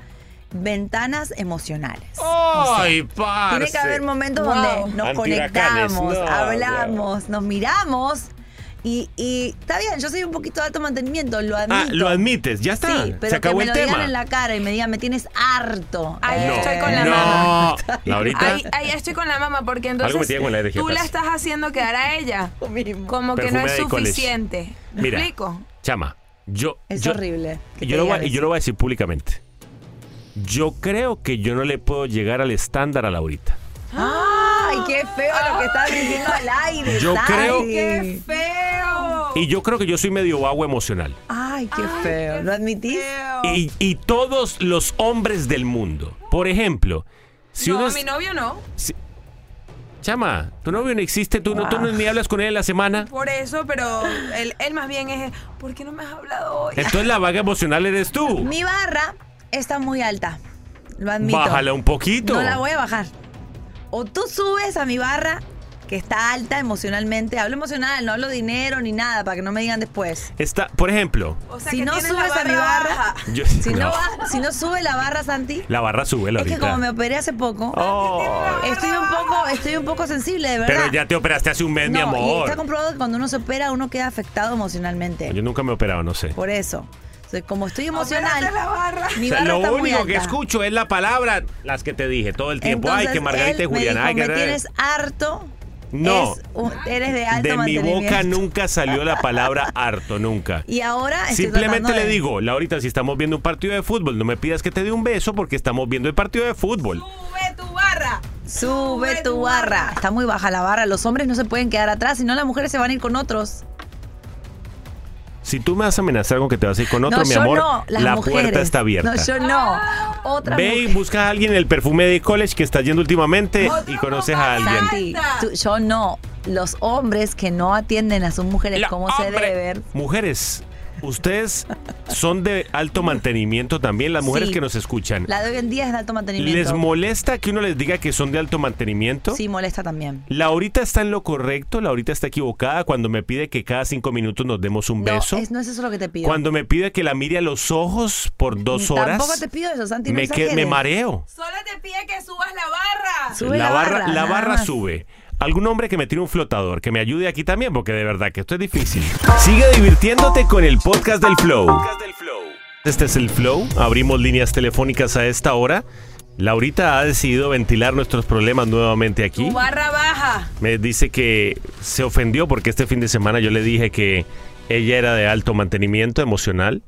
Speaker 4: ventanas emocionales.
Speaker 3: ¡Ay, ¡Oh, parce!
Speaker 4: Tiene que haber momentos
Speaker 5: Wow.
Speaker 4: donde nos
Speaker 3: Antihuracanes,
Speaker 4: conectamos,
Speaker 3: no,
Speaker 4: hablamos, nos miramos. Y, y está bien, yo soy un poquito de alto mantenimiento, lo admito.
Speaker 3: Ah, lo admites, ya está.
Speaker 4: Sí, pero
Speaker 3: Se acabó
Speaker 4: que me
Speaker 3: el
Speaker 4: lo digan
Speaker 3: tema.
Speaker 4: en la cara y me digan, me tienes harto. Eh,
Speaker 5: Ahí
Speaker 3: no,
Speaker 5: estoy con la
Speaker 3: no.
Speaker 5: mamá.
Speaker 3: Laurita.
Speaker 5: Ahí, ahí estoy con la mamá, porque
Speaker 3: Algo me
Speaker 5: entonces
Speaker 3: tiene con el aire,
Speaker 5: tú
Speaker 3: jefazo.
Speaker 5: la estás haciendo quedar a ella como que no
Speaker 3: Perfume
Speaker 5: es
Speaker 3: de college.
Speaker 5: suficiente. ¿Me
Speaker 3: Mira.
Speaker 5: explico?
Speaker 3: Chama, yo.
Speaker 4: Es
Speaker 3: yo-
Speaker 4: horrible. que
Speaker 3: Y
Speaker 4: te
Speaker 3: yo, lo voy,
Speaker 4: digan
Speaker 3: y yo
Speaker 4: eso.
Speaker 3: lo voy a decir públicamente. Yo creo que yo no le puedo llegar al estándar a Laurita.
Speaker 4: ¡Ay, qué feo lo que
Speaker 5: Ah.
Speaker 4: estás diciendo al aire!
Speaker 3: Yo
Speaker 4: Santi!
Speaker 3: creo-
Speaker 4: ¡Qué
Speaker 5: feo!
Speaker 3: Y yo creo que yo soy medio vago emocional.
Speaker 4: ¡Ay, qué feo! ¿Lo admitís?
Speaker 3: Y, y todos los hombres del mundo. Por ejemplo, si
Speaker 5: no,
Speaker 3: uno
Speaker 5: a
Speaker 3: es-
Speaker 5: mi novio no.
Speaker 3: Chama, tu novio no existe, tú, no, tú
Speaker 4: Ah.
Speaker 3: no ni hablas con él en la semana.
Speaker 5: Por eso, pero él, él más bien es, ¿por qué no me has hablado hoy?
Speaker 3: Entonces la vaga emocional eres tú.
Speaker 4: Mi barra está muy alta. Lo admito.
Speaker 3: Bájala un poquito.
Speaker 4: No la voy a bajar. O tú subes a mi barra que está alta emocionalmente. Hablo emocional, no hablo dinero ni nada para que no me digan después.
Speaker 3: Está, por ejemplo,
Speaker 5: O sea,
Speaker 4: si
Speaker 5: que
Speaker 4: no
Speaker 5: tienes
Speaker 4: subes
Speaker 5: la
Speaker 4: a mi
Speaker 5: barra
Speaker 4: barra,
Speaker 3: yo-
Speaker 4: si no.
Speaker 3: [LAUGHS] no.
Speaker 4: ba- si no sube la barra, Santi,
Speaker 3: la barra sube la
Speaker 4: es que
Speaker 3: ahorita.
Speaker 4: como me operé hace poco,
Speaker 3: Oh,
Speaker 4: estoy un poco, estoy un poco sensible, de verdad.
Speaker 3: pero ya te operaste hace un mes, mi
Speaker 4: No, Y
Speaker 3: amor.
Speaker 4: está comprobado que cuando uno se opera, uno queda afectado emocionalmente.
Speaker 3: Yo nunca me he operado, no sé.
Speaker 4: Por eso. O sea, como estoy emocional, mi
Speaker 3: O sea,
Speaker 4: barra
Speaker 3: lo
Speaker 4: está muy
Speaker 3: único que
Speaker 4: alta.
Speaker 3: escucho es la palabra, las que te dije todo el tiempo. ay,
Speaker 4: Entonces,
Speaker 3: que Margarita
Speaker 4: él
Speaker 3: y Juliana.
Speaker 4: me
Speaker 3: ay,
Speaker 4: dijo,
Speaker 3: que
Speaker 4: me tienes harto.
Speaker 3: No.
Speaker 4: es un- eres de alto
Speaker 3: De mi boca
Speaker 4: mantenimiento".
Speaker 3: nunca salió la palabra harto, nunca.
Speaker 4: Y ahora estoy
Speaker 3: Simplemente
Speaker 4: tratando
Speaker 3: le
Speaker 4: de-
Speaker 3: digo, Laurita, si estamos viendo un partido de fútbol, no me pidas que te dé un beso porque estamos viendo el partido de fútbol.
Speaker 5: Sube tu barra.
Speaker 4: Sube tu barra. Está muy baja la barra. Los hombres no se pueden quedar atrás, si no las mujeres se van a ir con otros.
Speaker 3: Si tú me vas a amenazar con que te vas a ir con otro,
Speaker 4: no,
Speaker 3: mi
Speaker 4: yo
Speaker 3: amor,
Speaker 4: no. Las
Speaker 3: la
Speaker 4: mujeres.
Speaker 3: puerta está abierta.
Speaker 4: No, yo no. Otra
Speaker 3: Ve y
Speaker 4: mujer.
Speaker 3: busca a alguien en el perfume de college que está yendo últimamente y conoces a alguien.
Speaker 4: Santi, tú- yo no. Los hombres que no atienden a sus mujeres como se deben.
Speaker 3: Mujeres, ustedes son de alto mantenimiento también, las mujeres
Speaker 4: Sí.
Speaker 3: que nos escuchan.
Speaker 4: La de hoy en día es de alto mantenimiento.
Speaker 3: ¿Les molesta que uno les diga que son de alto mantenimiento?
Speaker 4: Sí, molesta también.
Speaker 3: ¿Laurita está en lo correcto? ¿Laurita está equivocada cuando me pide que cada cinco minutos nos demos un
Speaker 4: No,
Speaker 3: beso?
Speaker 4: es- no es eso lo que te pido.
Speaker 3: Cuando me pide que la mire a los ojos por dos horas.
Speaker 4: Tampoco te pido eso, Santi. no
Speaker 3: me, que- me
Speaker 4: exageres.
Speaker 3: mareo.
Speaker 5: Solo te pide que subas la barra.
Speaker 3: la barra, la
Speaker 5: nada
Speaker 3: barra
Speaker 5: más.
Speaker 3: sube. Algún hombre que me tire un flotador, que me ayude aquí también, porque de verdad que esto es difícil. Sigue divirtiéndote con el podcast del Flow. Este es el Flow. Abrimos líneas telefónicas a esta hora. Laurita ha decidido ventilar nuestros problemas nuevamente aquí.
Speaker 5: Tu barra baja.
Speaker 3: Me dice que se ofendió porque este fin de semana yo le dije que ella era de alto mantenimiento emocional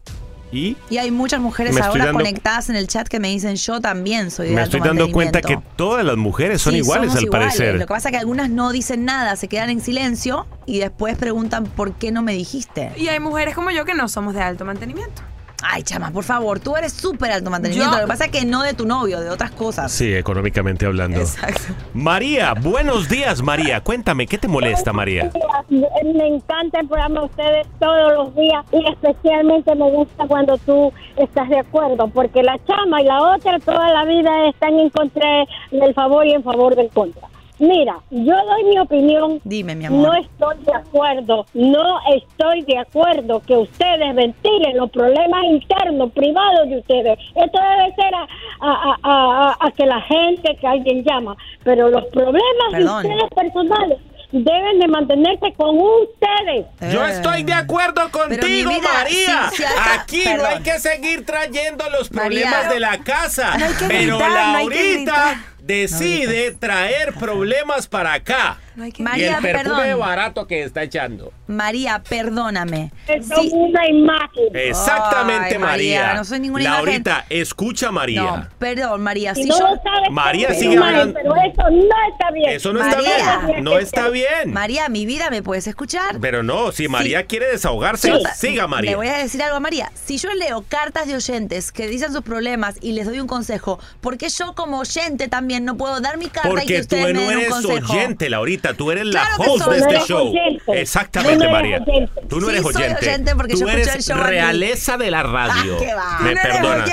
Speaker 3: y
Speaker 4: Y hay muchas mujeres
Speaker 3: Me estoy
Speaker 4: ahora
Speaker 3: dando-
Speaker 4: conectadas en el chat que me dicen yo también soy de
Speaker 3: me
Speaker 4: alto
Speaker 3: estoy dando cuenta que
Speaker 4: mantenimiento".
Speaker 3: todas las mujeres son
Speaker 4: Sí,
Speaker 3: iguales
Speaker 4: somos
Speaker 3: al
Speaker 4: iguales.
Speaker 3: parecer.
Speaker 4: Lo que pasa es que algunas no dicen nada, se quedan en silencio y después preguntan por qué no me dijiste.
Speaker 5: Y hay mujeres como yo que no somos de alto mantenimiento.
Speaker 4: Ay, chama, por favor, tú eres súper alto mantenimiento.
Speaker 5: Yo-
Speaker 4: Lo que pasa es que no de tu novio, de otras cosas.
Speaker 3: Sí, económicamente hablando.
Speaker 4: Exacto.
Speaker 3: María, buenos días, María. Cuéntame, ¿qué te molesta, María?
Speaker 11: Me encanta el programa de ustedes todos los días y especialmente me gusta cuando tú estás de acuerdo, porque la chama y la otra toda la vida están en contra del favor y en favor del contra. Mira, yo doy mi opinión.
Speaker 4: Dime, mi amor.
Speaker 11: No estoy de acuerdo, no estoy de acuerdo que ustedes ventilen los problemas internos, privados de ustedes. Esto debe ser a, a- a- a- a que la gente, que alguien llama, pero los problemas de
Speaker 14: Perdón.
Speaker 11: ustedes personales deben de mantenerse con ustedes.
Speaker 3: Yo estoy de acuerdo contigo,
Speaker 11: Eh. vida,
Speaker 3: María.
Speaker 11: sí, sí, acá-
Speaker 3: Aquí no
Speaker 11: Perdón.
Speaker 3: hay que seguir trayendo los
Speaker 11: María.
Speaker 3: problemas de la casa.
Speaker 11: No hay que
Speaker 3: pero
Speaker 11: gritar, no hay que
Speaker 3: Laurita
Speaker 11: gritar.
Speaker 3: decide traer problemas para acá. y
Speaker 4: María,
Speaker 3: el perfume
Speaker 4: perdón.
Speaker 3: barato que está echando.
Speaker 4: María, perdóname.
Speaker 11: Es una imagen.
Speaker 3: Exactamente,
Speaker 4: Ay,
Speaker 3: María.
Speaker 4: María, no soy ninguna imagen.
Speaker 3: Laurita, escucha, María.
Speaker 4: No, perdón, María.
Speaker 11: Si
Speaker 4: Si
Speaker 11: no
Speaker 4: yo-
Speaker 11: lo sabes,
Speaker 3: María
Speaker 11: pero
Speaker 3: sigue
Speaker 11: mal,
Speaker 3: hablando.
Speaker 11: Pero eso no está bien.
Speaker 3: Eso no está bien. No está bien.
Speaker 4: María, mi vida, ¿me puedes escuchar?
Speaker 3: Pero no, si María quiere desahogarse,
Speaker 4: Yo-
Speaker 3: siga,
Speaker 4: Le
Speaker 3: María.
Speaker 4: voy a decir algo a María. Si yo leo cartas de oyentes que dicen sus problemas y les doy un consejo, ¿por qué yo como oyente también no puedo dar mi carta y
Speaker 3: Porque
Speaker 4: que
Speaker 3: tú
Speaker 4: ustedes me
Speaker 3: no
Speaker 4: den un
Speaker 3: eres
Speaker 4: consejo?
Speaker 3: oyente, Laurita. Tú eres
Speaker 4: Claro
Speaker 3: la
Speaker 4: que
Speaker 3: host de
Speaker 4: soy. Tú no
Speaker 3: este
Speaker 4: eres
Speaker 3: show.
Speaker 4: oyente.
Speaker 3: Exactamente,
Speaker 4: Tú no eres
Speaker 3: María.
Speaker 4: oyente.
Speaker 3: Tú no
Speaker 4: Sí,
Speaker 3: eres
Speaker 4: soy
Speaker 3: oyente.
Speaker 4: oyente porque
Speaker 3: tú
Speaker 4: yo escucho
Speaker 3: eres
Speaker 4: el show aquí. Ah,
Speaker 3: realeza de la radio.
Speaker 4: qué
Speaker 3: Me
Speaker 4: va. Tú no eres
Speaker 3: perdonas.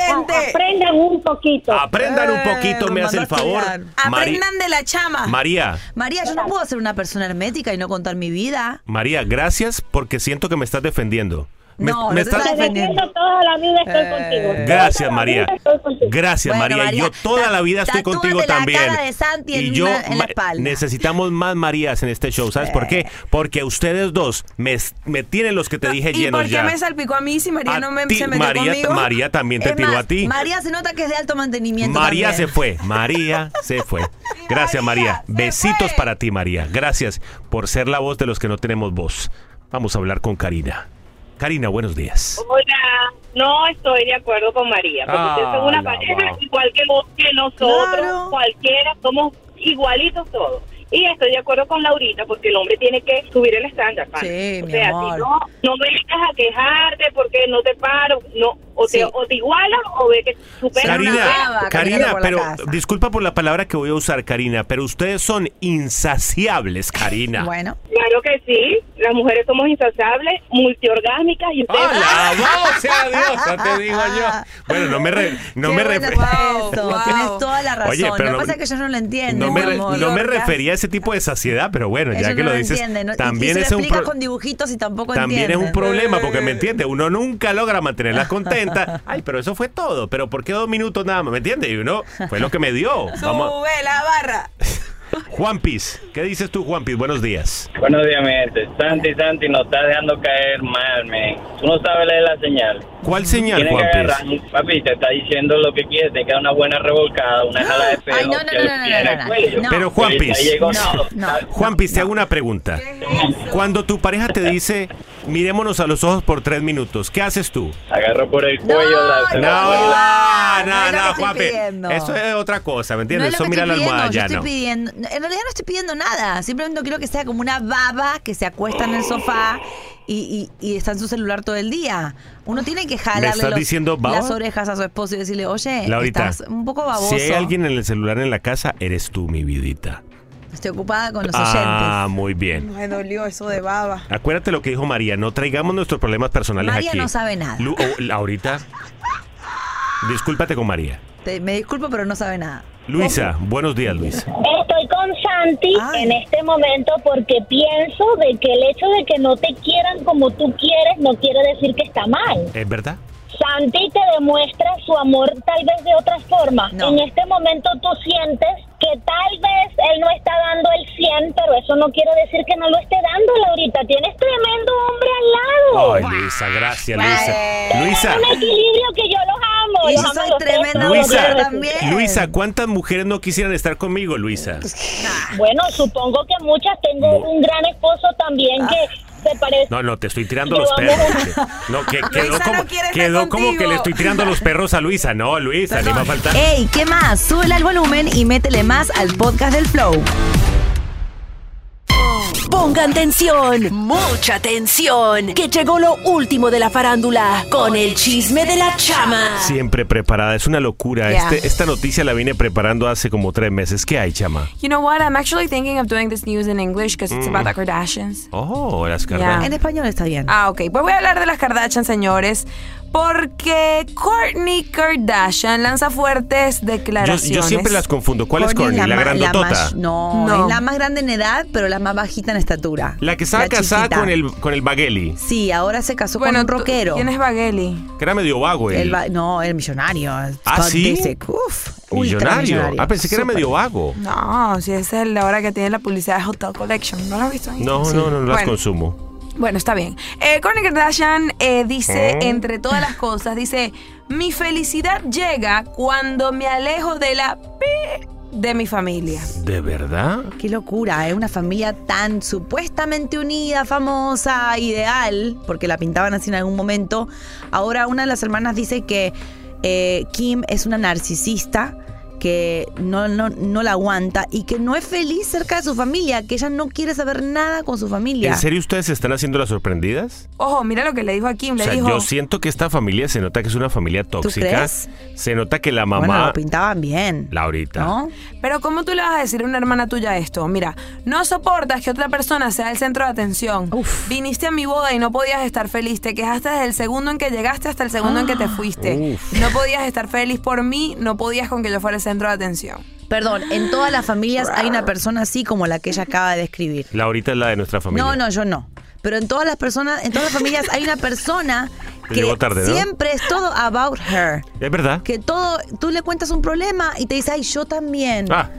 Speaker 11: Aprendan un poquito.
Speaker 3: Aprendan
Speaker 11: Eh,
Speaker 3: un poquito, me hace el favor. Mari-
Speaker 4: de la chama.
Speaker 3: María,
Speaker 4: María, yo no puedo ser una persona hermética y no contar mi vida.
Speaker 3: María, gracias porque siento que me estás defendiendo. Me- me
Speaker 4: No, no te
Speaker 3: estás-
Speaker 4: estás defendiendo.
Speaker 11: Toda la vida estoy
Speaker 4: Eh.
Speaker 11: contigo.
Speaker 3: Gracias,
Speaker 4: [LAUGHS]
Speaker 3: María. Gracias,
Speaker 4: Bueno,
Speaker 3: María.
Speaker 4: María,
Speaker 3: Yo toda la vida estoy contigo
Speaker 4: tatúate la
Speaker 3: también.
Speaker 4: cara de Santi en
Speaker 3: y yo
Speaker 4: una- en la
Speaker 3: ma-
Speaker 4: espalda.
Speaker 3: necesitamos más Marías en este show. ¿Sabes por qué? Porque ustedes dos me, me tienen los que te dije
Speaker 5: ¿Y
Speaker 3: llenos
Speaker 5: por qué
Speaker 3: ya.
Speaker 5: me salpicó a mí si María no me,
Speaker 3: ti-
Speaker 5: se metió
Speaker 3: María,
Speaker 5: conmigo?
Speaker 3: María también te
Speaker 4: Es
Speaker 3: tiró
Speaker 4: más,
Speaker 3: a ti.
Speaker 4: María se nota que es de alto mantenimiento.
Speaker 3: María
Speaker 4: también.
Speaker 3: se fue, María se fue. Gracias María, besitos para ti María. Gracias por ser la voz de los que no tenemos voz. Vamos a hablar con Karina. Karina, buenos días.
Speaker 14: Hola, no estoy de acuerdo con María, porque
Speaker 3: Ah,
Speaker 14: ustedes son una
Speaker 3: la
Speaker 14: pareja
Speaker 3: va.
Speaker 14: igual que vos, que nosotros,
Speaker 4: Claro.
Speaker 14: cualquiera, somos igualitos todos. Y estoy de acuerdo con Laurita, porque el hombre tiene que subir el estándar. pana.
Speaker 4: Sí,
Speaker 14: o
Speaker 4: mi
Speaker 14: sea,
Speaker 4: amor.
Speaker 14: si no, no vengas a quejarte porque no te paro. No, O te, o te igualas o ve que superas.
Speaker 3: Karina,
Speaker 14: una prueba.
Speaker 3: Karina, pero disculpa por la palabra que voy a usar, Karina, pero ustedes son insaciables, Karina.
Speaker 4: Bueno.
Speaker 14: Claro que sí, las mujeres somos insaciables, multiorgásmicas y ustedes...
Speaker 3: ¡Hala! ¡Vamos, sea Dios! Ya te digo yo. Bueno, no me re- no
Speaker 4: Qué
Speaker 3: me
Speaker 4: bueno
Speaker 3: re-
Speaker 4: fue eso, Tienes toda la razón.
Speaker 3: Oye, pero
Speaker 4: lo que
Speaker 3: no-
Speaker 4: pasa es que ellos no lo entienden.
Speaker 3: no me, re-
Speaker 4: amor.
Speaker 3: no me refería a ese tipo de saciedad, pero bueno,
Speaker 4: Ellos
Speaker 3: ya que
Speaker 4: no
Speaker 3: lo dices,
Speaker 4: entienden, ¿no? Y-
Speaker 3: también
Speaker 4: y
Speaker 3: es
Speaker 4: se lo
Speaker 3: un
Speaker 4: explicas
Speaker 3: pro-
Speaker 4: con dibujitos y tampoco
Speaker 3: También es un
Speaker 4: entienden.
Speaker 3: problema, porque me entiende, uno nunca logra
Speaker 4: [LAUGHS]
Speaker 3: mantenerlas contentas. Ay, pero eso fue todo, pero ¿por qué dos minutos nada más? ¿Me entiende? Y uno, fue lo que me
Speaker 4: [LAUGHS]
Speaker 3: dio. Vamos,
Speaker 5: Sube la barra.
Speaker 3: Juan Piz, ¿qué dices tú, Juan Piz? Buenos días.
Speaker 15: Buenos días, mi gente. Santi, Santi, nos estás dejando caer mal, men. Tú no sabes leer la señal.
Speaker 3: ¿Cuál señal,
Speaker 15: Tienes que
Speaker 3: Juan Piz?
Speaker 15: agarrar, papi, te está diciendo lo que quieres. Te queda una buena revolcada, una jala de pelo.
Speaker 4: Ay, no, no,
Speaker 15: que
Speaker 4: no, no, no,
Speaker 15: tiene
Speaker 4: no,
Speaker 15: el
Speaker 4: no.
Speaker 15: cuello.
Speaker 4: No.
Speaker 3: Pero Juan
Speaker 15: Ahorita
Speaker 3: Piz,
Speaker 15: llegó-
Speaker 3: Juan Piz, te hago una pregunta. Cuando tu pareja te dice, miremonos a los ojos por tres minutos, ¿qué haces tú?
Speaker 15: Agarro por el cuello la-
Speaker 3: No,
Speaker 15: la-
Speaker 3: no, no,
Speaker 4: no es lo que estoy
Speaker 3: Juan Piz.
Speaker 4: pidiendo.
Speaker 3: Eso es otra cosa, ¿me
Speaker 4: No
Speaker 3: entiendes?
Speaker 4: es lo
Speaker 3: Eso
Speaker 4: que
Speaker 3: mira la
Speaker 4: estoy
Speaker 3: almohada
Speaker 4: pidiendo, yo
Speaker 3: ya,
Speaker 4: estoy
Speaker 3: ¿no?
Speaker 4: pidiendo- en realidad no estoy pidiendo nada, simplemente no quiero que sea como una baba que se acuesta en el sofá y, y- y está en su celular todo el día. Uno tiene que jalarle
Speaker 3: estás
Speaker 4: los-
Speaker 3: diciendo baba?
Speaker 4: las orejas a su esposo y decirle, oye,
Speaker 3: Laurita,
Speaker 4: estás un poco baboso,
Speaker 3: si hay alguien en el celular en la casa, eres tú, mi vidita.
Speaker 4: estoy ocupada con los
Speaker 3: Ah, muy bien.
Speaker 4: oyentes. Me dolió eso de baba.
Speaker 3: Acuérdate lo que dijo María, no traigamos nuestros problemas personales
Speaker 4: María
Speaker 3: aquí.
Speaker 4: no sabe nada.
Speaker 3: Lu- oh, Laurita, discúlpate con María.
Speaker 4: Te- me disculpo, pero no sabe nada.
Speaker 3: Luisa, buenos días, Luisa.
Speaker 16: Estoy con Santi en este momento porque pienso de que el hecho de que no te quieran como tú quieres no quiere decir que está mal.
Speaker 3: ¿Es Eh, verdad?
Speaker 16: Santi te demuestra su amor tal vez de otra forma. En este momento tú sientes que tal vez él no está dando el 100, pero eso no quiere decir que no lo esté dando, Laurita. Tienes tremendo hombre al lado.
Speaker 3: Ay, Luisa, gracias, Luisa. Luisa.
Speaker 4: [LAUGHS]
Speaker 16: Un equilibrio que yo los amo.
Speaker 4: Y
Speaker 16: los
Speaker 4: yo
Speaker 16: amo
Speaker 4: soy
Speaker 16: a los tres.
Speaker 4: tremenda
Speaker 3: Luisa,
Speaker 16: mujer
Speaker 3: Luisa, ¿cuántas mujeres no quisieran estar conmigo, Luisa?
Speaker 16: Bueno, supongo que muchas. Tengo un gran esposo también
Speaker 4: Ah.
Speaker 16: que se parece.
Speaker 3: No, no, te estoy tirando
Speaker 16: Yo
Speaker 3: los
Speaker 16: amo.
Speaker 3: perros. No, que quedó,
Speaker 16: no
Speaker 3: como,
Speaker 16: quiere estar
Speaker 3: quedó como que
Speaker 16: contigo.
Speaker 3: le estoy tirando los perros a Luisa. No, Luisa, ni va a faltar.
Speaker 4: Ey, ¿qué más? Súbele al volumen y métele más al podcast del Flow.
Speaker 6: Pongan tensión, mucha tensión, que llegó lo último de la farándula con el chisme de la chama.
Speaker 3: Siempre preparada, es una locura.
Speaker 5: Ya.
Speaker 3: Este- esta noticia la vine preparando hace como tres meses. ¿Qué hay, chama?
Speaker 5: You know what? I'm actually thinking of doing this news in English because it's
Speaker 3: Mm.
Speaker 5: about the Kardashians.
Speaker 3: Oh, las
Speaker 5: Ya.
Speaker 3: cartas.
Speaker 4: español está bien.
Speaker 5: Ah, ok. Pues voy a hablar de las Kardashian, señores. Porque Kourtney Kardashian lanza fuertes
Speaker 3: Yo,
Speaker 5: declaraciones.
Speaker 3: yo siempre las confundo. ¿Cuál es
Speaker 4: Kourtney
Speaker 3: Courtney?
Speaker 4: es
Speaker 3: La,
Speaker 4: la ma- la
Speaker 3: grandotota.
Speaker 4: más- no, es la más grande en edad, pero la más bajita en estatura.
Speaker 3: La que estaba casada
Speaker 4: chiquita.
Speaker 3: con el, con el Bagueli,
Speaker 4: Sí, ahora se casó
Speaker 5: Bueno,
Speaker 4: con un
Speaker 5: tú-
Speaker 4: rockero.
Speaker 5: ¿quién es Bagueli?
Speaker 3: que era medio vago. él.
Speaker 4: El va- no, el millonario.
Speaker 3: Pues. Ah, sí.
Speaker 4: Fantastic. Uf,
Speaker 3: Millonario.
Speaker 4: ultramillonario.
Speaker 3: Ah, pensé que era
Speaker 4: Súper.
Speaker 3: medio vago.
Speaker 5: No, si esa es la hora que tiene la publicidad de Hotel Collection. ¿No la has visto? ahí?
Speaker 3: No,
Speaker 5: Sí.
Speaker 3: no, no, no las
Speaker 5: Bueno,
Speaker 3: consumo.
Speaker 5: Bueno, está bien. Eh, Kourtney Kardashian eh, dice,
Speaker 3: Mm.
Speaker 5: entre todas las cosas, dice, mi felicidad llega cuando me alejo de la pi- de mi familia.
Speaker 3: ¿De verdad?
Speaker 4: Qué locura, ¿eh? Una familia tan supuestamente unida, famosa, ideal, porque la pintaban así en algún momento. Ahora una de las hermanas dice que eh, Kim es una narcisista, que no, no, no la aguanta y que no es feliz cerca de su familia, que ella no quiere saber nada con su familia.
Speaker 3: ¿En serio ustedes se están haciendo las sorprendidas?
Speaker 5: Ojo, mira lo que le dijo a Kim.
Speaker 3: O
Speaker 5: Le
Speaker 3: sea,
Speaker 5: dijo,
Speaker 3: yo siento que esta familia se nota que es una familia tóxica.
Speaker 5: crees?
Speaker 3: Se nota que la mamá.
Speaker 4: Bueno, lo pintaban bien.
Speaker 3: Laurita.
Speaker 5: Pero ¿cómo tú le vas a decir a una hermana tuya esto? Mira, no soportas que otra persona sea el centro de atención. Viniste a mi boda y no podías estar feliz. Te quejaste desde el segundo en que llegaste hasta el segundo en que te fuiste.
Speaker 4: Uf.
Speaker 5: No podías estar feliz por mí, no podías con que yo fuera el centro de atención.
Speaker 4: Perdón, en todas las familias hay una persona así como la que ella acaba de describir.
Speaker 3: Laurita es la de nuestra familia.
Speaker 4: No, no, yo no. Pero en todas las personas, en todas las familias hay una persona
Speaker 3: Te
Speaker 4: que
Speaker 3: llegó tarde, ¿no?
Speaker 4: siempre es todo about her.
Speaker 3: Es verdad.
Speaker 4: Que todo, tú le cuentas un problema y te dice, ay, yo también.
Speaker 3: Ah.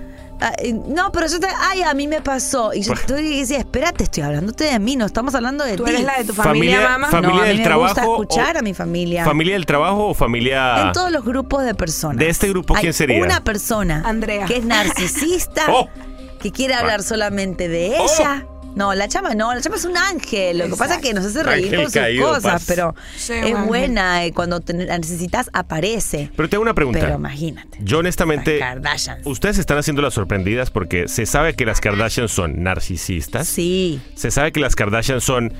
Speaker 4: Ah, eh, no, pero yo te, ay, a mí me pasó. Y yo
Speaker 3: Pues-
Speaker 4: estoy y decía, espérate, estoy hablándote de mí, no estamos hablando de ti.
Speaker 5: ¿Tú eres la de tu
Speaker 3: familia, Familia- mamá? familia
Speaker 4: no, a mí
Speaker 3: del
Speaker 4: me gusta
Speaker 3: trabajo
Speaker 4: escuchar
Speaker 3: o-
Speaker 4: a mi familia.
Speaker 3: ¿Familia del trabajo o familia.?
Speaker 4: En todos los grupos de personas.
Speaker 3: ¿De este grupo
Speaker 4: Hay
Speaker 3: quién sería?
Speaker 4: Una persona. Andrea. Que es narcisista.
Speaker 3: [LAUGHS] Oh. Ah.
Speaker 4: Que quiere hablar solamente de ella. No, la chama no, la chama es un ángel. Lo que pasa es que nos hace
Speaker 3: Un
Speaker 4: reír
Speaker 3: ángel
Speaker 4: con sus
Speaker 3: caído,
Speaker 4: cosas,
Speaker 3: paz.
Speaker 4: pero
Speaker 5: Sí, un
Speaker 4: es
Speaker 5: ángel.
Speaker 4: buena. eh, cuando te la necesitas, aparece.
Speaker 3: Pero tengo una pregunta.
Speaker 4: Pero imagínate.
Speaker 3: Yo honestamente,
Speaker 4: Kardashians.
Speaker 3: ustedes están haciendo las sorprendidas porque se sabe que las Kardashian son narcisistas.
Speaker 4: Sí.
Speaker 3: Se sabe que las Kardashian son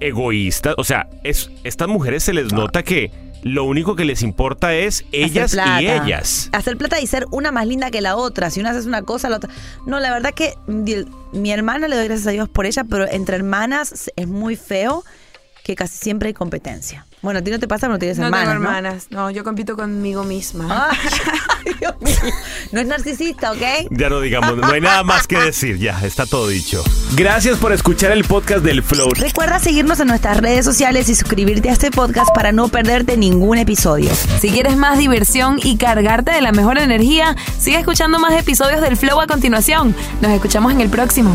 Speaker 3: egoístas. O sea, es, estas mujeres se les nota que Lo único que les importa es ellas
Speaker 4: plata.
Speaker 3: y ellas.
Speaker 4: Hacer plata y ser una más linda que la otra. Si una hace una cosa, la otra. No, la verdad que di- mi hermana le doy gracias a Dios por ella, pero entre hermanas es muy feo que casi siempre hay competencia. Bueno, a ti no te pasa, pero no tienes
Speaker 5: No
Speaker 4: hermanas.
Speaker 5: tengo
Speaker 4: ¿no?
Speaker 5: hermanas. No, yo compito conmigo misma.
Speaker 4: No es narcisista, ¿ok?
Speaker 3: Ya no digamos, no hay nada más que decir, ya, está todo dicho.
Speaker 8: Gracias por escuchar el podcast del Flow.
Speaker 4: Recuerda seguirnos en nuestras redes sociales y suscribirte a este podcast para no perderte ningún episodio.
Speaker 5: Si quieres [LAUGHS] más diversión y cargarte de la mejor energía, sigue escuchando más episodios del Flow a continuación. Nos escuchamos en el próximo.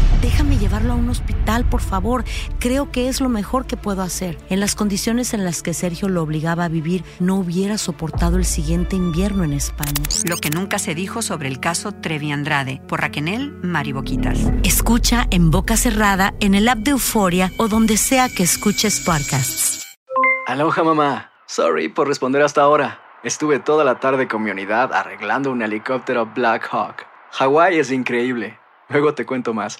Speaker 1: Déjame llevarlo a un hospital, por favor. Creo que es lo mejor que puedo hacer. En las condiciones en las que Sergio lo obligaba a vivir, no hubiera soportado el siguiente invierno en España.
Speaker 2: Lo que nunca se dijo sobre el caso Trevi Andrade por Raquel Mariboquitas.
Speaker 1: Escucha en boca cerrada, en el app de Euforia o donde sea que escuches podcasts.
Speaker 17: Aloha mamá. Sorry por responder hasta ahora. Estuve toda la tarde con mi unidad arreglando un helicóptero Black Hawk. Hawái es increíble. Luego te cuento más.